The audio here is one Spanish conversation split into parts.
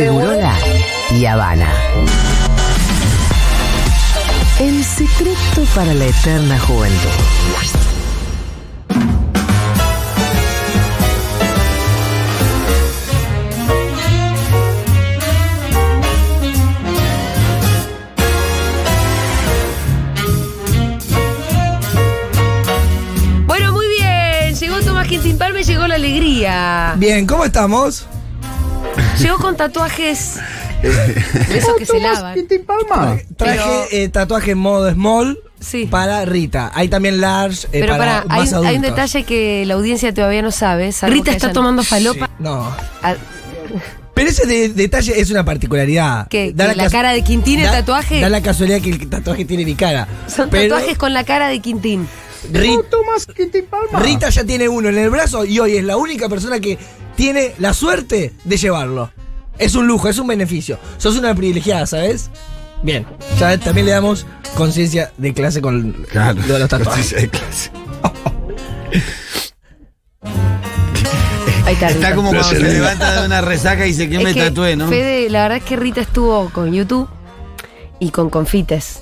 Segurola y Habana. El secreto para la eterna juventud. Bueno, muy bien. Llegó Tomás Quintín Par, me llegó la alegría. Bien, ¿cómo estamos? Llegó con tatuajes de esos que se lavan. Palma. Traje eh, tatuaje en modo small Sí. para Rita. Hay también large eh, Pero para, para, hay, más un- hay un adultos. detalle que la audiencia todavía no sabe. salvo Rita que está hayan- tomando Sí, falopa. no. Ah, Pero ese de- detalle es una particularidad. ¿Qué? Da ¿Que la cas- cara de Quintín, el da- tatuaje? Da la casualidad que el tatuaje tiene mi cara. Son Pero tatuajes con la cara de Quintín. Ri- Tomás Quintín Palma. Rita ya tiene uno en el brazo y hoy es la única persona que tiene la suerte de llevarlo. Es un lujo, es un beneficio. Sos una privilegiada, ¿sabes? Bien. Ya también le damos conciencia de clase con Claro. lo de los tatuajes. Conciencia de clase. Ahí está. Rita. Está como cuando Gracias, se Lina. levanta de una resaca y dice, ¿quién Es me que, tatué, no? Fede, la verdad es que Rita estuvo con YouTube y con confites.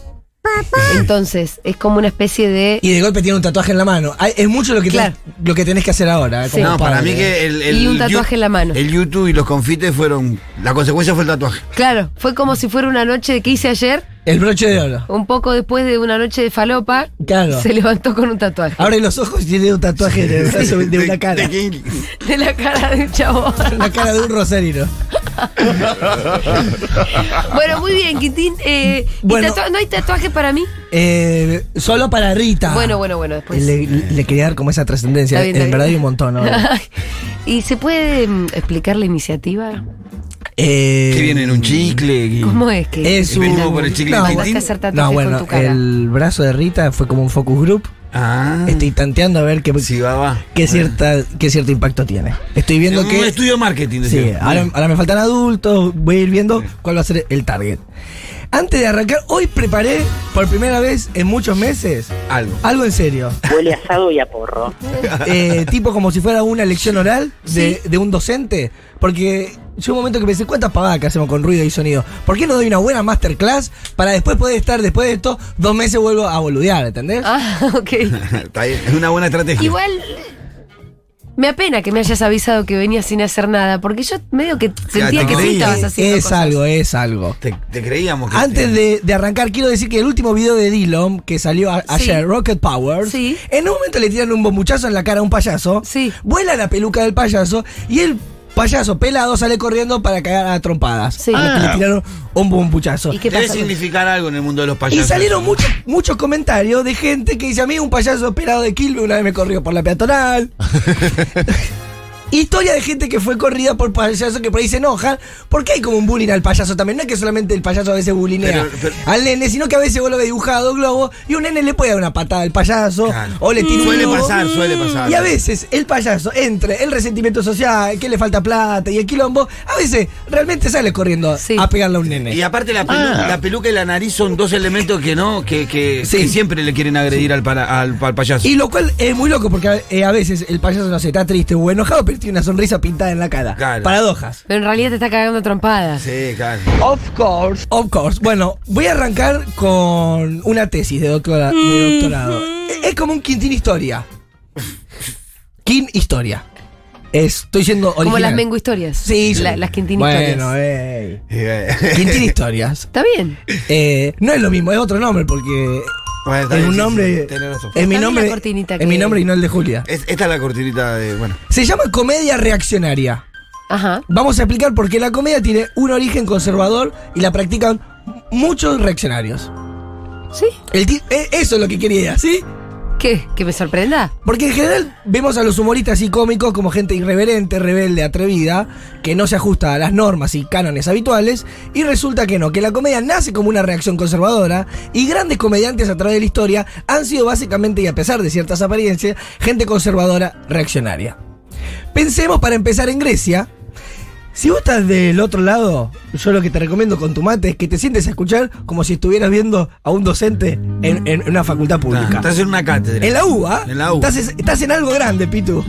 Entonces, es como una especie de. Y de golpe tiene un tatuaje en la mano. Ay, Es mucho lo que, Claro. ten- lo que tenés que hacer ahora. eh, como No, para padre. mí que el, el Y un yu- tatuaje en la mano. El YouTube y los confites fueron. La consecuencia fue el tatuaje. Claro, fue como si fuera una noche que hice ayer, El broche de oro. un poco después de una noche de falopa, Claro. se levantó con un tatuaje. Abre los ojos y tiene un tatuaje en el brazo de una cara. Eh, ¿De quién? Ah. De la cara de un chabón. La cara de un rosarino. Bueno, muy bien, Quintín. eh, ¿y Bueno. tatua- ¿No hay tatuaje para mí? Eh, solo para Rita. Bueno, bueno, bueno, después. Ah. Le, le quería dar como esa trascendencia. Pues, Está bien, está En bien. verdad hay un montón. ¿no? ¿Y se puede mm, explicar la iniciativa? Eh, ¿Qué viene en un chicle? ¿Qué- ¿Cómo es que Es ¿El un. mismo por el chicle no, de mandaste Quintín? a hacer tatuajes no, bueno, con tu cara? el brazo de Rita fue como un focus group. Ah. Estoy tanteando a ver qué, Sí, va, va. qué cierta, qué Este, cierto impacto tiene. Estoy viendo un que. estudio de marketing, Sí, decía. ahora, ahora me faltan adultos, voy a ir viendo cuál va a ser el target. Antes de arrancar, hoy preparé por primera vez en muchos meses Algo. algo en serio. Huele asado y a porro. Eh, tipo como si fuera una lección oral de, de un docente. Porque llegó un momento que pensé, ¿cuántas pavadas que hacemos con ruido y sonido? ¿Por qué no doy una buena masterclass para después poder estar, después de esto, dos meses vuelvo a boludear, ¿entendés? Ah, ok. Está bien, Es una buena estrategia. Igual. Me apena que me hayas avisado que venía sin hacer nada, porque yo medio que sentía te que sí creí. estabas es haciendo. es cosas. algo, es algo. Te, te creíamos que. Antes de, de arrancar, quiero decir que el último video de Dillon, que salió a- ayer, Rocket Power, Sí. en un momento le tiran un bombuchazo en la cara a un payaso, Sí. vuela la peluca del payaso y el payaso pelado sale corriendo para cagar a trompadas. Sí. A los que Ah. Le tiraron un bombuchazo. ¿Y qué Debe pasa? significar algo en el mundo de los Y payasos. salieron muchos muchos comentarios de gente que dice, a mí un payaso pelado de Quilmes una vez me corrió por la peatonal. Historia de gente que fue corrida por payasos que por ahí se enojan, porque hay como un bullying al payaso también. No es que solamente el payaso a veces bullinea Pero- pero- al nene, sino que a veces vos lo ves dibujado globo y un nene le puede dar una patada al payaso Claro. o le tira un Suele globo. pasar, suele pasar. Y a veces el payaso, entre el resentimiento social, que le falta plata y el quilombo, a veces realmente sale corriendo Sí. a pegarle a un nene. Y aparte la, pelu- la peluca y la nariz son dos elementos que no, que, que- Ah. Sí. que siempre le quieren agredir al, para- al, al payaso. Y lo cual es muy loco porque eh, a veces el payaso no se está triste o enojado, pero tiene una sonrisa pintada en la cara. Claro. Paradojas. Pero en realidad te está cagando a trompadas. Sí, claro. Of course. Of course. Bueno, voy a arrancar con una tesis de, doctora- de Mm-hmm. doctorado. E- Es como un Quintín Historia. Quin Historia. Estoy yendo original. Como las mengu historias. Sí, sí. La- las quintín Bueno, historias. ey. Eh, Quintín Historias. Está bien. Eh, no es lo mismo, es otro nombre porque bueno, está es bien, un sí, nombre. sí, tenés razón. es Dame mi la nombre. cortinita Es mi que- nombre y no el de Julia. Es- esta es la cortinita de. Bueno. Se llama comedia reaccionaria. Ajá. Vamos a explicar por qué la comedia tiene un origen conservador y la practican muchos reaccionarios. ¿Sí? El ti- e- eso es lo que quería, ¿sí? ¿Qué? ¿Que me sorprenda? Porque en general vemos a los humoristas y cómicos como gente irreverente, rebelde, atrevida, que no se ajusta a las normas y cánones habituales, y resulta que no, que la comedia nace como una reacción conservadora, y grandes comediantes a través de la historia han sido básicamente, y a pesar de ciertas apariencias, gente conservadora reaccionaria. Pensemos para empezar en Grecia. Si vos estás del otro lado, yo lo que te recomiendo con tu mate es que te sientes a escuchar como si estuvieras viendo a un docente en, en una facultad pública. Ah, Estás en una cátedra. ¿ah? En la UBA. En la U. Estás, estás en algo grande, Pitu.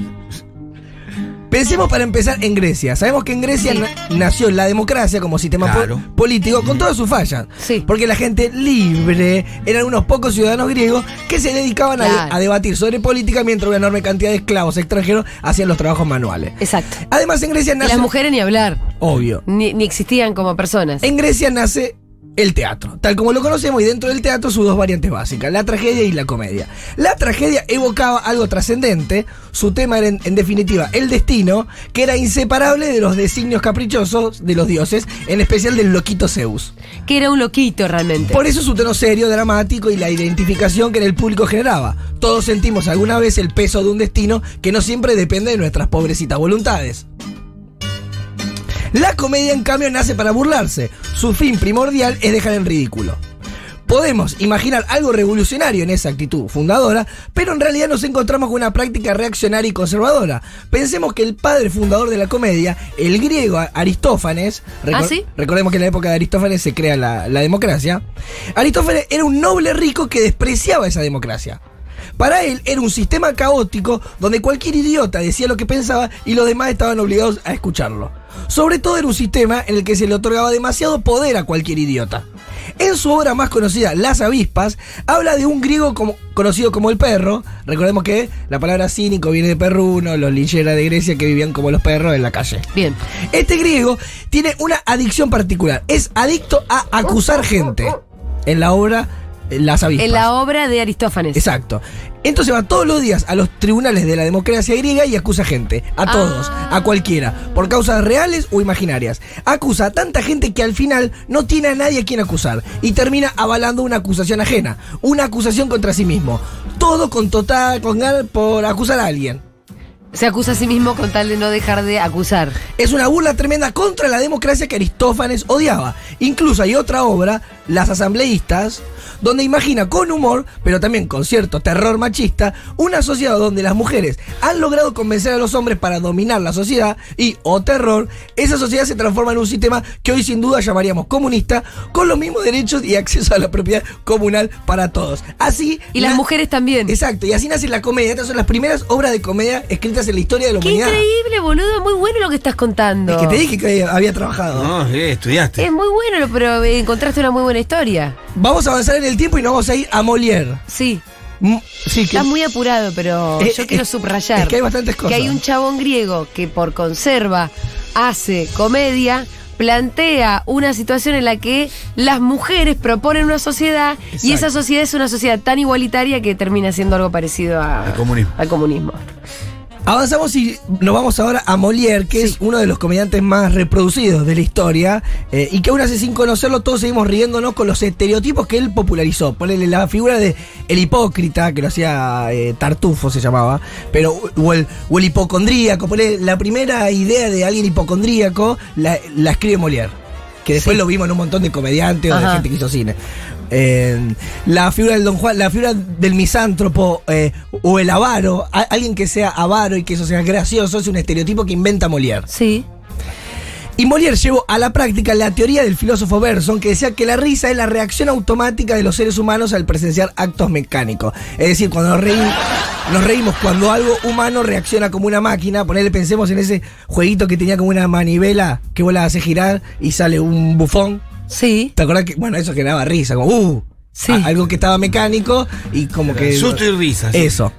Pensemos para empezar en Grecia. Sabemos que en Grecia na- nació la democracia como sistema po- Claro. Mm. político con todas sus fallas. Sí. Porque la gente libre eran unos pocos ciudadanos griegos que se dedicaban a- Claro. a, debatir sobre política mientras una enorme cantidad de esclavos extranjeros hacían los trabajos manuales. Exacto. Además en Grecia Y nace... las mujeres ni hablar, Obvio. ni, ni existían como personas. En Grecia nace el teatro, tal como lo conocemos, y dentro del teatro sus dos variantes básicas, la tragedia y la comedia. La tragedia evocaba algo trascendente, su tema era en, en definitiva el destino, que era inseparable de los designios caprichosos de los dioses, en especial del loquito Zeus. Que era un loquito realmente. Por eso su tono serio, dramático y la identificación que en el público generaba. Todos sentimos alguna vez el peso de un destino que no siempre depende de nuestras pobrecitas voluntades. La comedia, en cambio, nace para burlarse. Su fin primordial es dejar en ridículo. Podemos imaginar algo revolucionario en esa actitud fundadora, pero en realidad nos encontramos con una práctica reaccionaria y conservadora. Pensemos que el padre fundador de la comedia, el griego Aristófanes, ¿Ah, sí? recordemos que en la época de Aristófanes se crea la, la democracia, Aristófanes era un noble rico que despreciaba esa democracia. Para él era un sistema caótico donde cualquier idiota decía lo que pensaba y los demás estaban obligados a escucharlo. Sobre todo era un sistema en el que se le otorgaba demasiado poder a cualquier idiota. En su obra más conocida, Las avispas, habla de un griego como- conocido como el perro. Recordemos que la palabra cínico viene de perruno, los lincheras de Grecia que vivían como los perros en la calle. Bien. Este griego tiene una adicción particular. Es adicto a acusar gente. En la obra eh, Las avispas. En la obra de Aristófanes. Exacto. Entonces va todos los días a los tribunales de la democracia griega y acusa gente. A todos, Ah. a cualquiera. Por causas reales o imaginarias. Acusa a tanta gente que al final no tiene a nadie a quien acusar. Y termina avalando una acusación ajena. Una acusación contra sí mismo. Todo con total, con ganas por acusar a alguien. Se acusa a sí mismo con tal de no dejar de acusar. Es una burla tremenda contra la democracia que Aristófanes odiaba. Incluso hay otra obra, Las Asambleístas, donde imagina con humor, pero también con cierto terror machista, una sociedad donde las mujeres han logrado convencer a los hombres para dominar la sociedad y, o terror, esa sociedad se transforma en un sistema que hoy sin duda llamaríamos comunista, con los mismos derechos y acceso a la propiedad comunal para todos. Así... Y las na- mujeres también. Exacto, y así nace la comedia. Estas son las primeras obras de comedia escritas en la historia de la Qué humanidad. increíble, boludo. Muy bueno lo que estás contando. Es que te dije que había trabajado. No, eh, estudiaste. Es muy bueno, lo- pero encontraste una muy buena historia. Vamos a avanzar en el tiempo y nos vamos a ir a Molière. Sí. Mm, Sí, que Estás muy apurado, pero Eh, yo quiero eh, subrayar es que hay bastantes cosas. que hay un chabón griego que por conserva hace comedia, plantea una situación en la que las mujeres proponen una sociedad y Exacto. esa sociedad es una sociedad tan igualitaria que termina siendo algo parecido a- Al comunismo. al comunismo. avanzamos y nos vamos ahora a Molière, que es uno de los comediantes más reproducidos de la historia eh, y que aún así sin conocerlo todos seguimos riéndonos con los estereotipos que él popularizó. Ponele la figura de el hipócrita, que lo hacía eh, Tartufo se llamaba, pero o el, o el hipocondríaco. Ponele la primera idea de alguien hipocondríaco la, la escribe Molière. Que después lo vimos en un montón de comediantes o de Ajá. gente que hizo cine. Eh, la figura del Don Juan, la figura del misántropo eh, o el avaro, a- alguien que sea avaro y que eso sea gracioso, es un estereotipo que inventa Molière. Sí. Y Molière llevó a la práctica la teoría del filósofo Bergson, que decía que la risa es la reacción automática de los seres humanos al presenciar actos mecánicos. Es decir, cuando nos reímos, nos reímos cuando algo humano reacciona como una máquina. Ponele, pensemos en ese jueguito que tenía como una manivela que vos la haces girar y sale un bufón. Sí. ¿Te acordás que, bueno, eso generaba risa, como, uh, Sí. a- algo que estaba mecánico y como que... Susto y risas. Eso.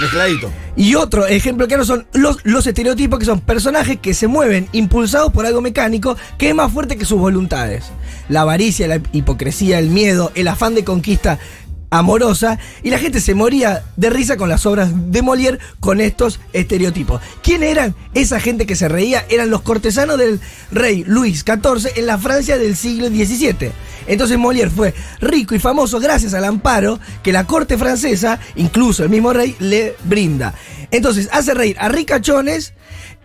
Mezcladito. Y otro ejemplo claro son los, los estereotipos que son personajes que se mueven impulsados por algo mecánico que es más fuerte que sus voluntades. La avaricia, la hipocresía, el miedo, el afán de conquista amorosa y la gente se moría de risa con las obras de Molière con estos estereotipos. ¿Quién eran esa gente que se reía? Eran los cortesanos del rey Luis XIV en la Francia del siglo XVII. Entonces Molière fue rico y famoso gracias al amparo que la corte francesa, incluso el mismo rey, le brinda. Entonces hace reír a ricachones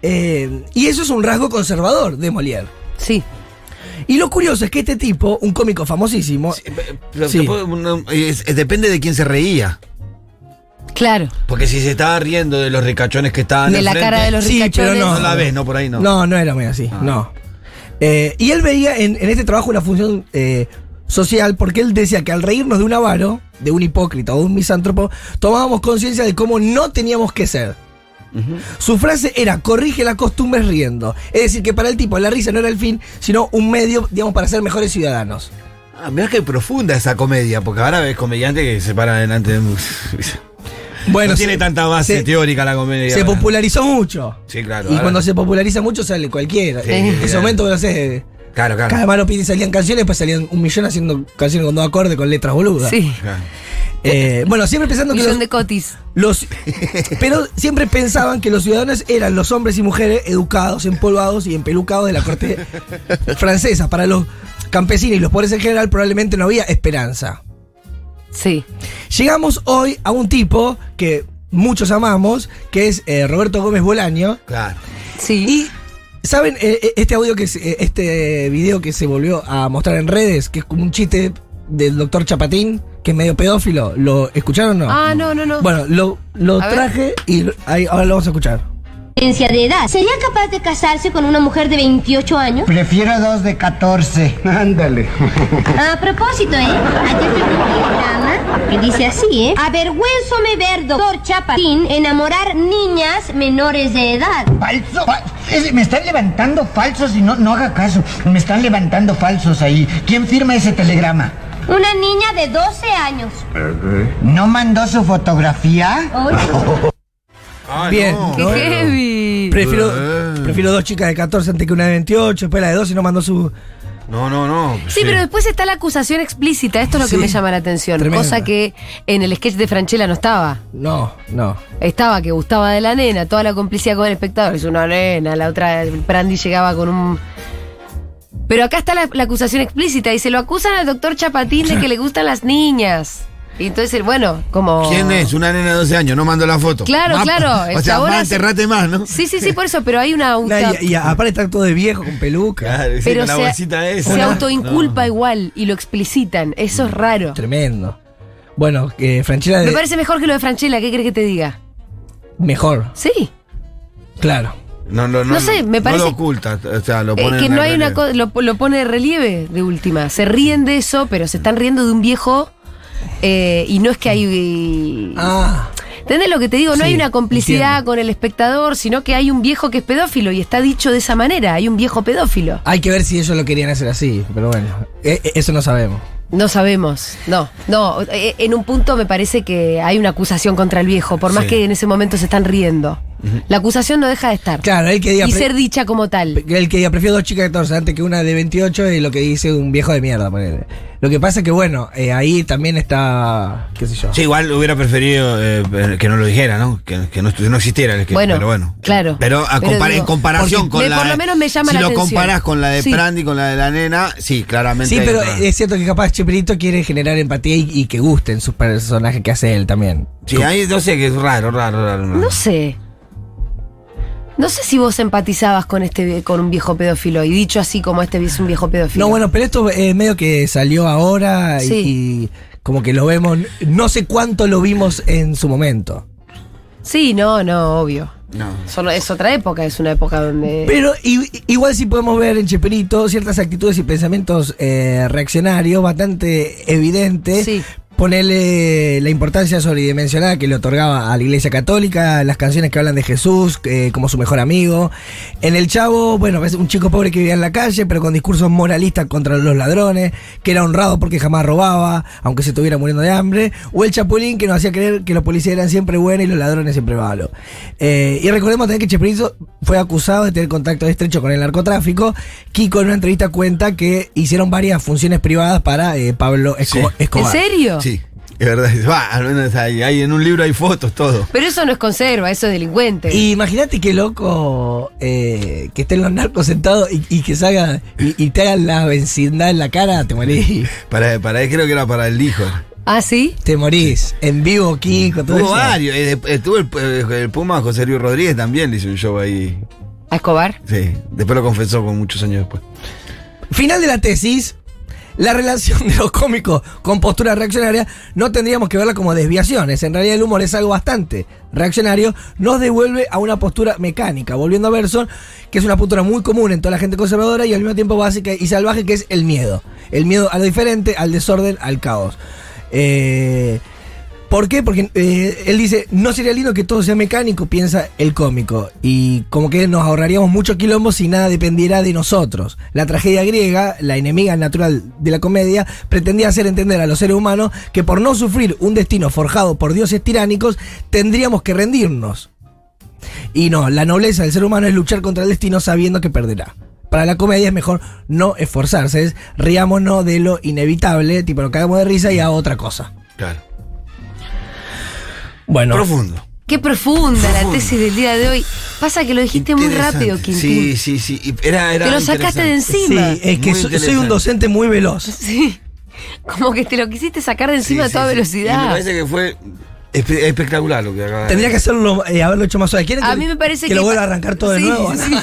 eh, y eso es un rasgo conservador de Molière. Sí. Y lo curioso es que este tipo, un cómico famosísimo, Pero Sí. te puedo- no, es- es- depende de quién se reía. Claro. Porque si se estaba riendo de los ricachones que estaban De la enfrente, cara de los Sí, pero ricachones. No la ves, no, por ahí no. Ah. No, no era muy así, no. Eh, y él veía en, en este trabajo una función eh, social porque él decía que al reírnos de un avaro, de un hipócrita o de un misántropo, tomábamos conciencia de cómo no teníamos que ser. Su frase era, corrige las costumbres riendo. Es decir, que para el tipo la risa no era el fin, sino un medio, digamos, para ser mejores ciudadanos. Ah, mirá que profunda esa comedia, porque ahora ves comediantes que se paran delante de. no tiene se- tanta base se- teórica la comedia. Se ahora. popularizó mucho. Sí, claro. Y ahora- cuando se populariza mucho sale cualquiera. Sí, en ese claro. momento, no sé, Claro, claro. cada mano pide salían canciones, pues salían un millón haciendo canciones con dos acordes, con letras boludas. Sí. Claro. Eh, bueno, siempre pensando que Millón los, de cotis. los- Pero siempre pensaban que los ciudadanos eran los hombres y mujeres educados, empolvados y empelucados de la corte francesa. Para los campesinos y los pobres en general probablemente no había esperanza. Sí. Llegamos hoy a un tipo que muchos amamos, que es eh, Roberto Gómez Bolaño. Claro. Sí. Y, ¿saben eh, eh, este audio que se- eh, este video que se volvió a mostrar en redes? Que es como un chiste del doctor Chapatín, que es medio pedófilo. ¿Lo escucharon o no? Ah, no, no, no. Bueno, lo, lo A ver. traje y lo- ahí- ahora lo vamos a escuchar. diferencia de edad. ¿Sería capaz de casarse con una mujer de 28 años? Prefiero dos de 14. Ándale. A propósito, ¿eh? Ayer te un programa que dice así, ¿eh? Avergüenzome ver, doctor Chapatín, enamorar niñas menores de edad. Falso. fa- es- me están levantando falsos y no, no haga caso. Me están levantando falsos ahí. ¿Quién firma ese telegrama? Una niña de 12 años. ¿No mandó su fotografía? Oye, Ah, Bien. no. ¡Qué no, heavy! Prefiero, Eh. prefiero dos chicas de 14 antes que una de 28, después la de 12 no mandó su... No, no, no. Sí, pero después está la acusación explícita. Esto es lo que Sí. me llama la atención. Tremenda. Cosa que en el sketch de Franchella no estaba. No, no. Estaba que gustaba de la nena, toda la complicidad con el espectador. Es una nena, la otra, Prandi llegaba con un. Pero acá está la, la acusación explícita. Dice: Lo acusan al doctor Chapatín de que le gustan las niñas. Y entonces, bueno, como. ¿Quién es? Una nena de 12 años, no mandó la foto. Ah. Claro, Más- claro, el O sea, chabón más hace- enterrate más, ¿no? Sí, sí, sí, por eso, pero hay una auto. Nah, y, y aparte está todo de viejo, con peluca. Claro, sí, pero con la se- bolsita esa. se No. autoinculpa igual y lo explicitan. Eso es raro. Tremendo. Bueno, eh, Franchella Me de- parece mejor que lo de Franchella, ¿qué crees que te diga? mejor, Sí. claro. No, no, no, No sé, me parece- No lo oculta, o sea, lo Eh, pone que en no el hay una relieve. cosa, lo, lo pone de relieve de última. Se ríen de eso, pero se están riendo de un viejo eh, y no es que hay... Ah, ¿Entendés lo que te digo? No Sí, hay una complicidad entiendo. con el espectador, sino que hay un viejo que es pedófilo y está dicho de esa manera. Hay un viejo pedófilo. hay que ver si ellos lo querían hacer así, pero bueno, eh, eh, eso no sabemos. No sabemos. No, no. eh, En un punto me parece que hay una acusación contra el viejo, por más Sí. que en ese momento se están riendo. La acusación no deja de estar. Claro, el que diga... y pre- ser dicha como tal. El que diga, prefiero dos chicas de 14 antes que una de 28 es lo que dice un viejo de mierda. ponele. Lo que pasa es que, bueno, eh, ahí también está, qué sé yo. Sí, igual hubiera preferido eh, que no lo dijera, ¿no? Que, que no, estu- no existiera el esquema, Bueno, pero bueno. claro. Pero, a Pero compar- digo, en comparación porque con me- la. por lo menos me llama si la lo atención. comparas con la de Sí. Prandi, con la de la nena, sí, claramente. Sí, hay pero otra- es cierto que capaz Chipirito quiere generar empatía y, y que gusten sus personajes que hace él también. Sí, ahí no sé, que es raro, raro, raro. raro. No sé. No sé si vos empatizabas con este vie- con un viejo pedófilo y dicho así como este es un viejo pedófilo. No, bueno, pero esto eh, medio que salió ahora y- Sí. y como que lo vemos, no sé cuánto lo vimos en su momento. Sí, no, no, obvio. No. Solo- es otra época, es una época donde Pero i- igual sí podemos ver en Cheperito ciertas actitudes y pensamientos eh, reaccionarios bastante evidentes. Sí. Ponerle la importancia sobredimensionada que le otorgaba a la Iglesia Católica, las canciones que hablan de Jesús eh, como su mejor amigo. En El Chavo, bueno, ves un chico pobre que vivía en la calle, pero con discursos moralistas contra los ladrones, que era honrado porque jamás robaba, aunque se estuviera muriendo de hambre. O El Chapulín, que nos hacía creer que los policías eran siempre buenos y los ladrones siempre malos. Eh, y recordemos también que Chespirito fue acusado de tener contacto estrecho con el narcotráfico. Kiko en una entrevista cuenta que hicieron varias funciones privadas para eh, Pablo Esco- Sí. ¿En Escobar. serio? Sí, es verdad. Va, al menos ahí, ahí en un libro hay fotos, todo. Pero eso no es conserva, eso es delincuente. Y Imagínate qué loco eh, que estén los narcos sentados y, y que salgan y, y te hagan la vecindad en la cara, te morís. Para, para él creo que era para el hijo. ¿Ah, sí? Te morís. En vivo, Kiko, todo Tuvo eso. varios. eh, Estuvo el, eh, el Puma José Luis Rodríguez también, le hizo un show ahí. ¿A Escobar? Sí, después lo confesó con muchos años después. Final de la tesis. La relación de los cómicos con postura reaccionaria no tendríamos que verla como desviaciones. En realidad el humor es algo bastante reaccionario. Nos devuelve a una postura mecánica. Volviendo a Berson, que es una postura muy común en toda la gente conservadora y al mismo tiempo básica y salvaje, que es el miedo. El miedo a lo diferente, al desorden, al caos. Eh, ¿Por qué? Porque eh, él dice, no sería lindo que todo sea mecánico, piensa el cómico. Y como que nos ahorraríamos mucho quilombo si nada dependiera de nosotros. La tragedia griega, la enemiga natural de la comedia, pretendía hacer entender a los seres humanos que por no sufrir un destino forjado por dioses tiránicos, tendríamos que rendirnos. Y no, la nobleza del ser humano es luchar contra el destino sabiendo que perderá. Para la comedia es mejor no esforzarse, es riámonos de lo inevitable, tipo nos cagamos de risa y a otra cosa. Claro. Bueno, Profundo. Qué profunda la Profundo. tesis del día de hoy. Pasa que lo dijiste muy Interesante. rápido, Quintín. Sí, sí, sí. Y Era, era Te lo sacaste de interesante. sí, encima. es que Muy so- soy un interesante. docente muy veloz. Sí. Como que te lo quisiste sacar de encima Sí, a sí, toda sí. Y me velocidad. parece que fue espe- espectacular lo que acaba de Tendría que hacerlo, eh, haberlo hecho más suave. ¿Quieren A mí me parece que. que lo vuelva a arrancar todo de Sí, nuevo? sí.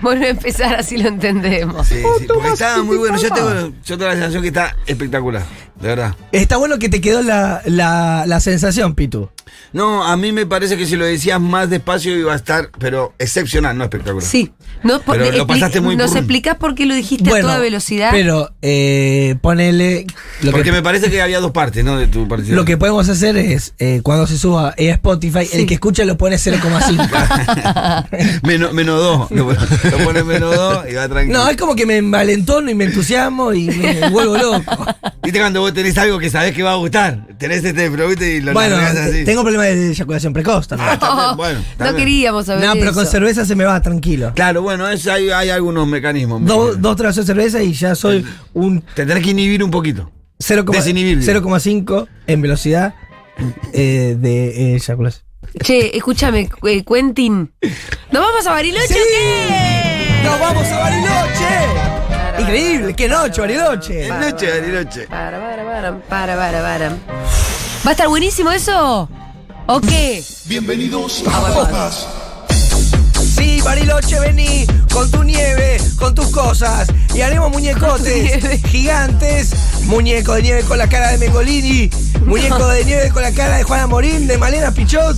Vuelve a empezar, así lo entendemos. Sí, sí, porque estaba muy bueno. Yo tengo, yo tengo la sensación que está espectacular, de verdad. Está bueno que te quedó la, la- la sensación, Pitu. No, a mí me parece que si lo decías más despacio iba a estar, pero excepcional, no espectacular. Sí. No, por- Pero lo expli- pasaste muy ¿Nos pum. explicás por qué lo dijiste a toda velocidad? Pero eh, ponele. Lo Porque que, me parece que había dos partes, ¿no? De tu participación. lo que podemos hacer es, eh, cuando se suba a Spotify, Sí. el que escucha lo pone 0,5. menos, menos dos. Lo, lo pones menos dos y va tranquilo. no, es como que me envalentono y me entusiasmo y me vuelvo loco. Viste cuando vos tenés algo que sabés que va a gustar. Tenés este producto y lo Bueno, largás así. tengo problemas de eyaculación precoz también. Ah, también, bueno, no también. queríamos saber. no, pero eso. con cerveza se me va, tranquilo. Claro, bueno, es- hay, hay algunos mecanismos. Dos, dos trazos de cerveza y ya soy un Te tenés que inhibir un poquito. 0,5 Desinhibir, digo. 0,5 en velocidad eh, de eyaculación. Che, escúchame, eh, Quentin. ¿Nos vamos a Bariloche ¡Sí! o qué? ¡Nos vamos a Bariloche! Increíble, qué noche, Bariloche. Es noche, Bariloche. Para, para, para, para, para, para. ¿Va a estar buenísimo eso? ¿O qué? Bienvenidos a Papas. Sí, Bariloche, vení con tu nieve, con tus cosas y haremos Con tu nieve. muñecotes gigantes. Muñeco de nieve con la cara de Mengolini, muñeco de nieve con la cara de Juana Morín, de Malena Pichot.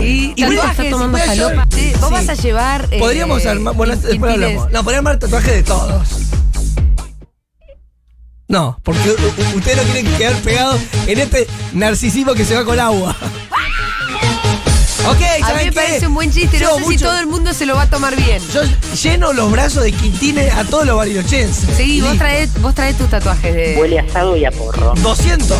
Y, Y tatuajes, tatuajes, tomando y playas. falopa. Sí, vos Sí. vas a llevar. eh, Podríamos armar. Bueno, pin- después pintines. hablamos. No, podríamos armar tatuaje de todos. No, porque u- u- ustedes no tienen que quedar pegados en este narcisismo que se va con agua. Ok, A mí ¿saben me qué? parece un buen chiste. No Yo sé si mucho- todo el mundo se lo va a tomar bien. Yo lleno los brazos de Quintines a todos los barilochenses. Sí, vos Listo. traes, vos traes tus tatuajes de. Huele a asado y a porro. 200.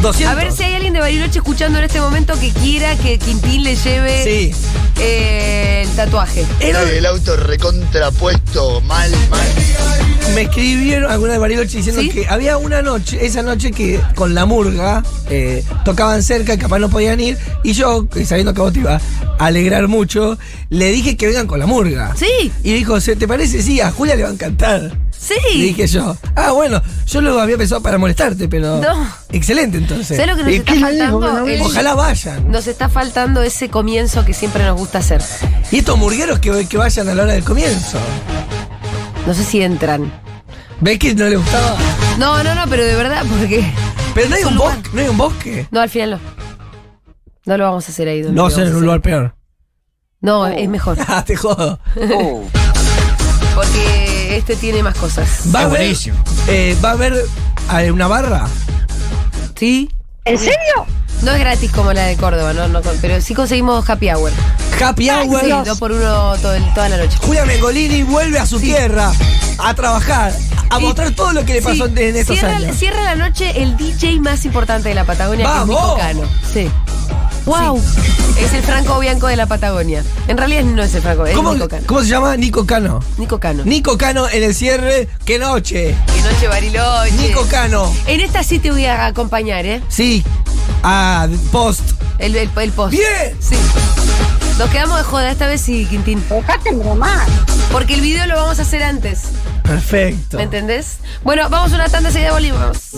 200. A ver si hay alguien de Bariloche escuchando en este momento que quiera que Quintín le lleve Sí. eh, el tatuaje. Era- El auto recontrapuesto, mal, mal. me escribieron alguna de Bariloche diciendo ¿Sí? que había una noche, esa noche que con la murga eh, tocaban cerca y capaz no podían ir. Y yo, que sabiendo que a vos te iba a alegrar mucho, le dije que vengan con la murga. Sí. Y dijo, "¿Se- ¿te parece? Sí, a Julia le va a encantar. Sí. Le dije yo, ah, bueno, yo lo había pensado para molestarte, pero. No. Excelente, entonces. ¿Sabes lo que nos ¿Y está qué le faltando? dijo? El- Ojalá vayan. Nos está faltando ese comienzo que siempre nos gusta hacer. Y estos murgueros que, que vayan a la hora del comienzo. No sé si entran. ¿Ves que no le gustaba? No, no, no, pero de verdad, porque. Pero no hay Es un un lugar. bosque, no hay un bosque. No, al final no. No lo vamos a hacer ahí. donde No, lo ser vamos en a un hacer. lugar peor. No, es mejor. Ah, te jodo. Porque este tiene más cosas. Va a Es haber, buenísimo. eh, va a haber eh, una barra. ¿Sí? ¿En serio? No es gratis como la de Córdoba, ¿no? no con- pero sí conseguimos happy hour. Happy hour. Sí, dos por uno todo el- toda la noche. Julia Mengolini vuelve a su tierra a trabajar, a Y- mostrar todo lo que le pasó Sí, en estos cierra, años. cierra la noche el DJ más importante de la Patagonia, que es Nico ¡Vamos! Cano. Sí. ¡Wow! Es el Franco Bianco de la Patagonia. En realidad no es el Franco, es ¿Cómo, Nico Cano. cómo se llama? Nico Cano. Nico Cano. Nico Cano en el cierre. ¡Qué noche! Que noche Bariloche. Nico Cano. En esta sí te voy a acompañar, ¿eh? Sí. Ah, post. El, el, el post. ¡Bien! Sí. Nos quedamos de joda esta vez sí, Quintín. Dejate bromar. Porque el video lo vamos a hacer antes. Perfecto. ¿Me entendés? Bueno, vamos a una tanda, enseguida volvemos.